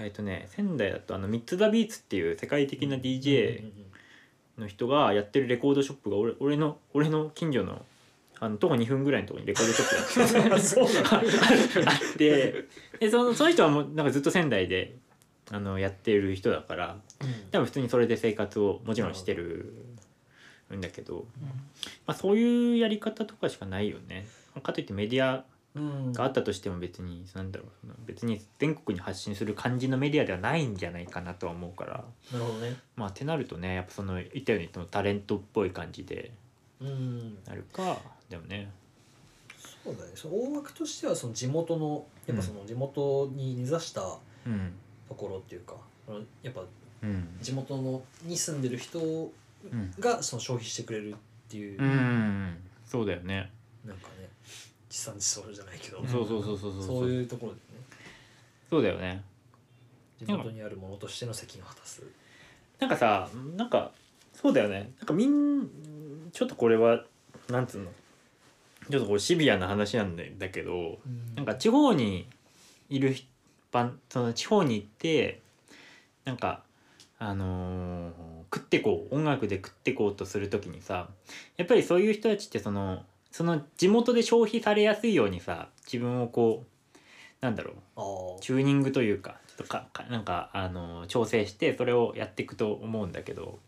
[SPEAKER 3] え
[SPEAKER 2] えっ、とね仙台だとあのミッツ・ザ・ビーツっていう世界的な DJ の人がやってるレコードショップが俺俺の俺の近所のあの徒歩2分ぐらいのところにレコードショップがあって
[SPEAKER 3] そうなん
[SPEAKER 2] <laughs>
[SPEAKER 3] だ
[SPEAKER 2] あってでそのその人はもうなんかずっと仙台であのやってる人だから多分普通にそれで生活をもちろんしてるんだけど、まあ、そういうやり方とかしかないよね。かといってメディア
[SPEAKER 3] うん
[SPEAKER 2] があったとしても別になんだろうその別に全国に発信する感じのメディアではないんじゃないかなとは思うから
[SPEAKER 3] なるほどね
[SPEAKER 2] まあってなるとねやっぱその言ったようにそのタレントっぽい感じで
[SPEAKER 3] うん
[SPEAKER 2] なるかでもね
[SPEAKER 3] そうだねその大枠としてはその地元のやっぱその地元に根ざした
[SPEAKER 2] うん
[SPEAKER 3] ところっていうか、あのやっぱ
[SPEAKER 2] うん
[SPEAKER 3] 地元のに住んでる人
[SPEAKER 2] うん
[SPEAKER 3] がその消費してくれるっていう、
[SPEAKER 2] うんそうだよね
[SPEAKER 3] なんかね地産地消じゃないけど、
[SPEAKER 1] ん
[SPEAKER 2] そうそうそうそうそう
[SPEAKER 3] そういうところでね
[SPEAKER 2] そうだよね
[SPEAKER 3] 地元にあるものとしての責任を果たす、
[SPEAKER 2] なんかさなんかそうだよねなんかみんちょっとこれはなんつうのちょっとこれシビアな話なんだけどなんか地方にいる人ばんその地方に行ってなんかあのー食ってこう音楽で食ってこうとするときにさやっぱりそういう人たちってそのその地元で消費されやすいようにさ自分をこうなんだろう
[SPEAKER 3] あー
[SPEAKER 2] チューニングというかちょっとかかなんかあの調整してそれをやっていくと思うんだけど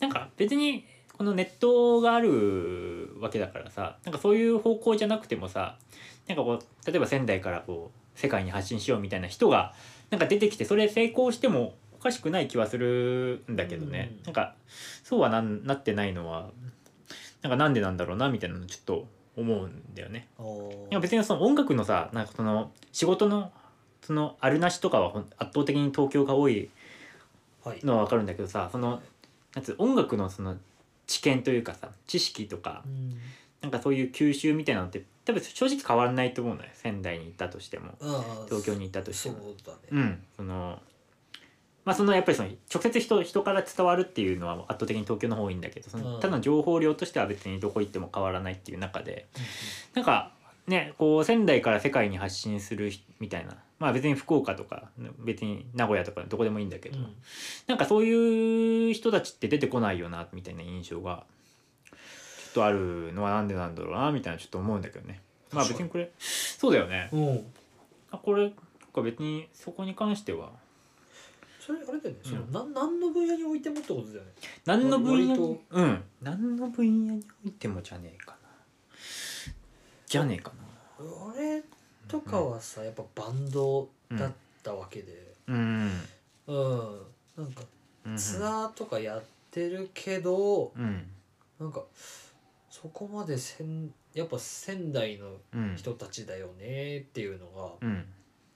[SPEAKER 2] なんか別にこのネットがあるわけだからさなんかそういう方向じゃなくてもさなんかこう例えば仙台からこう世界に発信しようみたいな人がなんか出てきてそれ成功してもおかしくない気はするんだけどね、
[SPEAKER 3] うん
[SPEAKER 2] なんかそうはなんなってないのはなんかなんでなんだろうなみたいなのちょっと思うんだよね。
[SPEAKER 3] あー
[SPEAKER 2] いや別にその音楽のさなんかその仕事のそのあるなしとかはほん圧倒的に東京が多い
[SPEAKER 3] はい
[SPEAKER 2] のは分かるんだけどさそのなんつう音楽のその知見というかさ知識とか
[SPEAKER 3] うん
[SPEAKER 2] なんかそういう吸収みたいなのって多分正直変わらないと思うのよ仙台に行ったとしても
[SPEAKER 3] あー
[SPEAKER 2] 東京に行ったとして
[SPEAKER 3] そう
[SPEAKER 2] も。
[SPEAKER 3] だね、
[SPEAKER 2] うん、そのまあそのやっぱりその直接人人から伝わるっていうのは圧倒的に東京の方が多いんだけどその
[SPEAKER 3] うん
[SPEAKER 2] ただの情報量としては別にどこ行っても変わらないっていう中でなんかねこう仙台から世界に発信するひみたいなまあ別に福岡とか別に名古屋とかどこでもいいんだけど、
[SPEAKER 3] うん
[SPEAKER 2] なんかそういう人たちって出てこないよなみたいな印象がちょっとあるのはなんでなんだろうなみたいなちょっと思うんだけどねまあ別にこれそうだよね
[SPEAKER 3] うん、
[SPEAKER 2] あこれなんか別にそこに関しては
[SPEAKER 3] それあれだよね、その
[SPEAKER 2] うん
[SPEAKER 3] なん何の分野においてもってことだよね
[SPEAKER 2] 何の分野
[SPEAKER 3] 割
[SPEAKER 2] に
[SPEAKER 3] と
[SPEAKER 2] うん何の分野においてもじゃねえかなじゃねえかな
[SPEAKER 3] 俺とかはさやっぱバンドだったわけで
[SPEAKER 2] うん、
[SPEAKER 3] うん、なんか
[SPEAKER 2] うん、
[SPEAKER 3] ツアーとかやってるけど、
[SPEAKER 2] うん
[SPEAKER 3] なんかそこまでせんやっぱ仙台の
[SPEAKER 2] うん
[SPEAKER 3] 人たちだよねっていうのが、
[SPEAKER 2] うん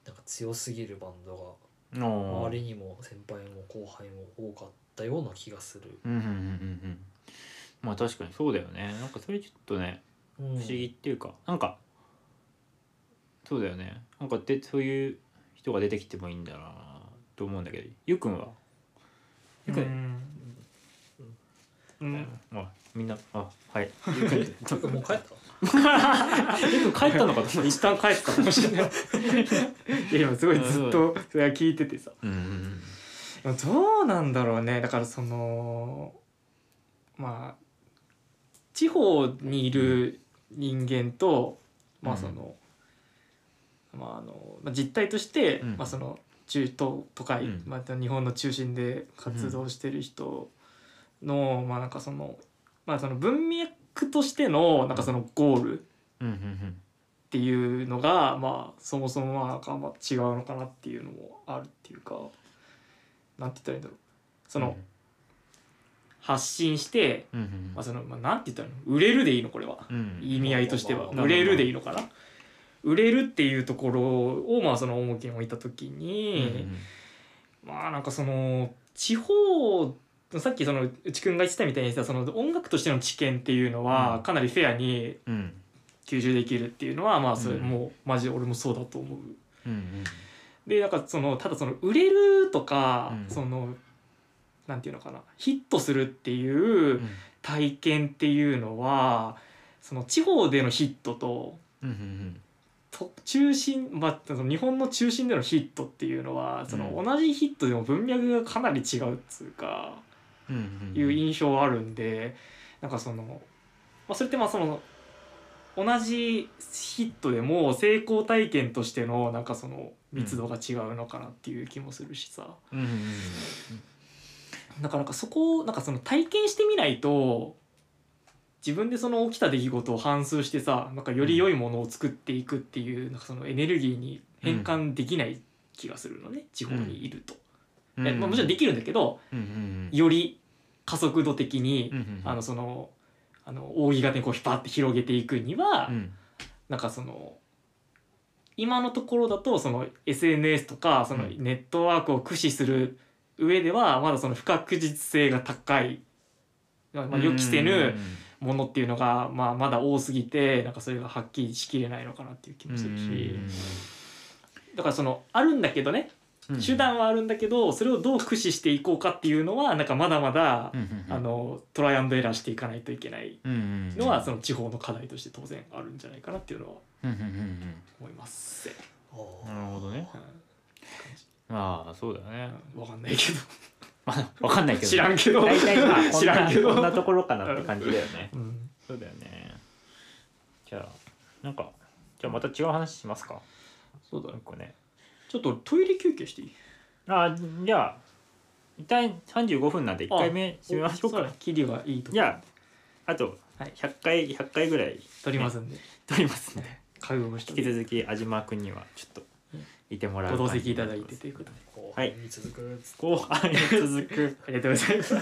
[SPEAKER 3] なんか強すぎるバンドが
[SPEAKER 2] お
[SPEAKER 3] 周
[SPEAKER 2] ー
[SPEAKER 3] りにも先輩も後輩も多かったような気がする、
[SPEAKER 2] うんうんうんうんうんまあ確かにそうだよねなんかそれちょっとね
[SPEAKER 3] うん、
[SPEAKER 2] 不思議っていうか、なんかそうだよねなんかでそういう人が出てきてもいいんだなと思うんだけどゆうくんはゆうくん、
[SPEAKER 1] うん
[SPEAKER 2] あみんなあ <laughs> はいゆうくん
[SPEAKER 3] ていうかもう帰った
[SPEAKER 2] ゆうくん帰ったのかと思っ
[SPEAKER 1] 一旦帰ったかもしれない <laughs> いや今すごいずっとそれは聞いててさ
[SPEAKER 2] たうんうん
[SPEAKER 1] でもどうなんだろうねだからそのまあ地方にいる人間と、まあその、まああのまあ、実態として、
[SPEAKER 2] うん
[SPEAKER 1] まあ、その中東都会、
[SPEAKER 2] うん
[SPEAKER 1] まあ、日本の中心で活動してる人の、まあなんかその,、まあ、その文脈としてのなんかそのゴール、
[SPEAKER 2] うんうんうん
[SPEAKER 1] っていうのがまあそもそもなんかあんま違うのかなっていうのもあるっていうかなんて言ったらいいんだろうその、
[SPEAKER 2] うん
[SPEAKER 1] 発信して、
[SPEAKER 2] うん
[SPEAKER 1] まあそのまあ、なんて言ったらいいの売れるでいいのこれは
[SPEAKER 2] うん
[SPEAKER 1] 意味合いとしては
[SPEAKER 3] まあまあまあ
[SPEAKER 1] 売れるでいいのかな売れるっていうところをまあその重きに置いた時
[SPEAKER 2] うん
[SPEAKER 1] に、まあなんかその地方さっきその内くんが言ってたみたいにさその音楽としての知見っていうの
[SPEAKER 2] う
[SPEAKER 1] は
[SPEAKER 2] ん
[SPEAKER 1] かなりフェアに
[SPEAKER 2] うんうん
[SPEAKER 1] 吸収できるっていうのはまあそれ
[SPEAKER 2] うん
[SPEAKER 1] もうマジで俺もそうだと思う。
[SPEAKER 2] うんうん
[SPEAKER 1] でなんかそのただその売れるとか、
[SPEAKER 2] うん
[SPEAKER 1] そのなんていうのかなヒットするっていう
[SPEAKER 2] うん
[SPEAKER 1] 体験っていうのはその地方でのヒットと
[SPEAKER 2] うんうん
[SPEAKER 1] と中心、まあ、その日本の中心でのヒットっていうのはその
[SPEAKER 2] う
[SPEAKER 1] 同じヒットでも文脈がかなり違うっつうか、
[SPEAKER 2] うんうん
[SPEAKER 1] いう印象はあるんでなんかその、まあ、それってまあその同じヒットでも成功体験としてのなんかその密度が違うのかなっていう気もするしさ、
[SPEAKER 2] うんうん
[SPEAKER 1] なかなかそこをなんかその体験してみないと自分でその起きた出来事を反芻してさなんかより良いものを作っていくっていうなんかそのエネルギーに変換できない気がするのね、地方にいると。
[SPEAKER 2] うん
[SPEAKER 1] えまあ、もちろんできるんだけど
[SPEAKER 2] うんうん
[SPEAKER 1] より加速度的に
[SPEAKER 2] うんうん
[SPEAKER 1] あのそのあの扇形にこう引っ張って広げていくには、
[SPEAKER 2] うん
[SPEAKER 1] なんかその今のところだとその SNS とかその
[SPEAKER 2] うん
[SPEAKER 1] ネットワークを駆使する上ではまだその不確実性が高い、まあ、予期せぬものっていうのが、まあ、まだ多すぎてなんかそれがはっきりしきれないのかなっていう気もするしだからそのあるんだけどね
[SPEAKER 2] うん
[SPEAKER 1] 手段はあるんだけどそれをどう駆使していこうかっていうのはなんかまだまだ
[SPEAKER 2] うんうんうん
[SPEAKER 1] あのトライアンドエラーしていかないといけない
[SPEAKER 2] うんうん
[SPEAKER 1] のはその地方の課題として当然あるんじゃないかなっていうのは
[SPEAKER 2] うんうんうん
[SPEAKER 1] 思います。
[SPEAKER 2] うんなるほどね
[SPEAKER 1] うん
[SPEAKER 2] ああそうだね
[SPEAKER 1] わかんないけ
[SPEAKER 2] まあわかんないけ
[SPEAKER 1] ど
[SPEAKER 2] ど
[SPEAKER 1] 知らんけど <laughs>
[SPEAKER 2] 大体まあ
[SPEAKER 1] 知らんけ
[SPEAKER 2] こんな
[SPEAKER 1] ど
[SPEAKER 2] ところかなって感じだよね
[SPEAKER 1] うん
[SPEAKER 2] そうだよねじゃあなんかじゃあまた違う話しますか
[SPEAKER 1] そうだ
[SPEAKER 2] なんかね
[SPEAKER 1] ちょっとトイレ休憩していい
[SPEAKER 2] あじゃあ一旦35分なんで1回目締めましょう
[SPEAKER 1] そ
[SPEAKER 2] か
[SPEAKER 1] らキリがいいとこ
[SPEAKER 2] じゃああと
[SPEAKER 1] はい
[SPEAKER 2] 100回100回ぐらい
[SPEAKER 1] 取りますんで
[SPEAKER 2] 撮りますんで
[SPEAKER 1] 覚悟して
[SPEAKER 2] 引き続き安島君にはちょっといてもらう
[SPEAKER 1] ご同席いただいてということで
[SPEAKER 3] 後
[SPEAKER 2] はい
[SPEAKER 3] 半に続く
[SPEAKER 2] 後半に続く
[SPEAKER 1] <laughs> ありがとうございます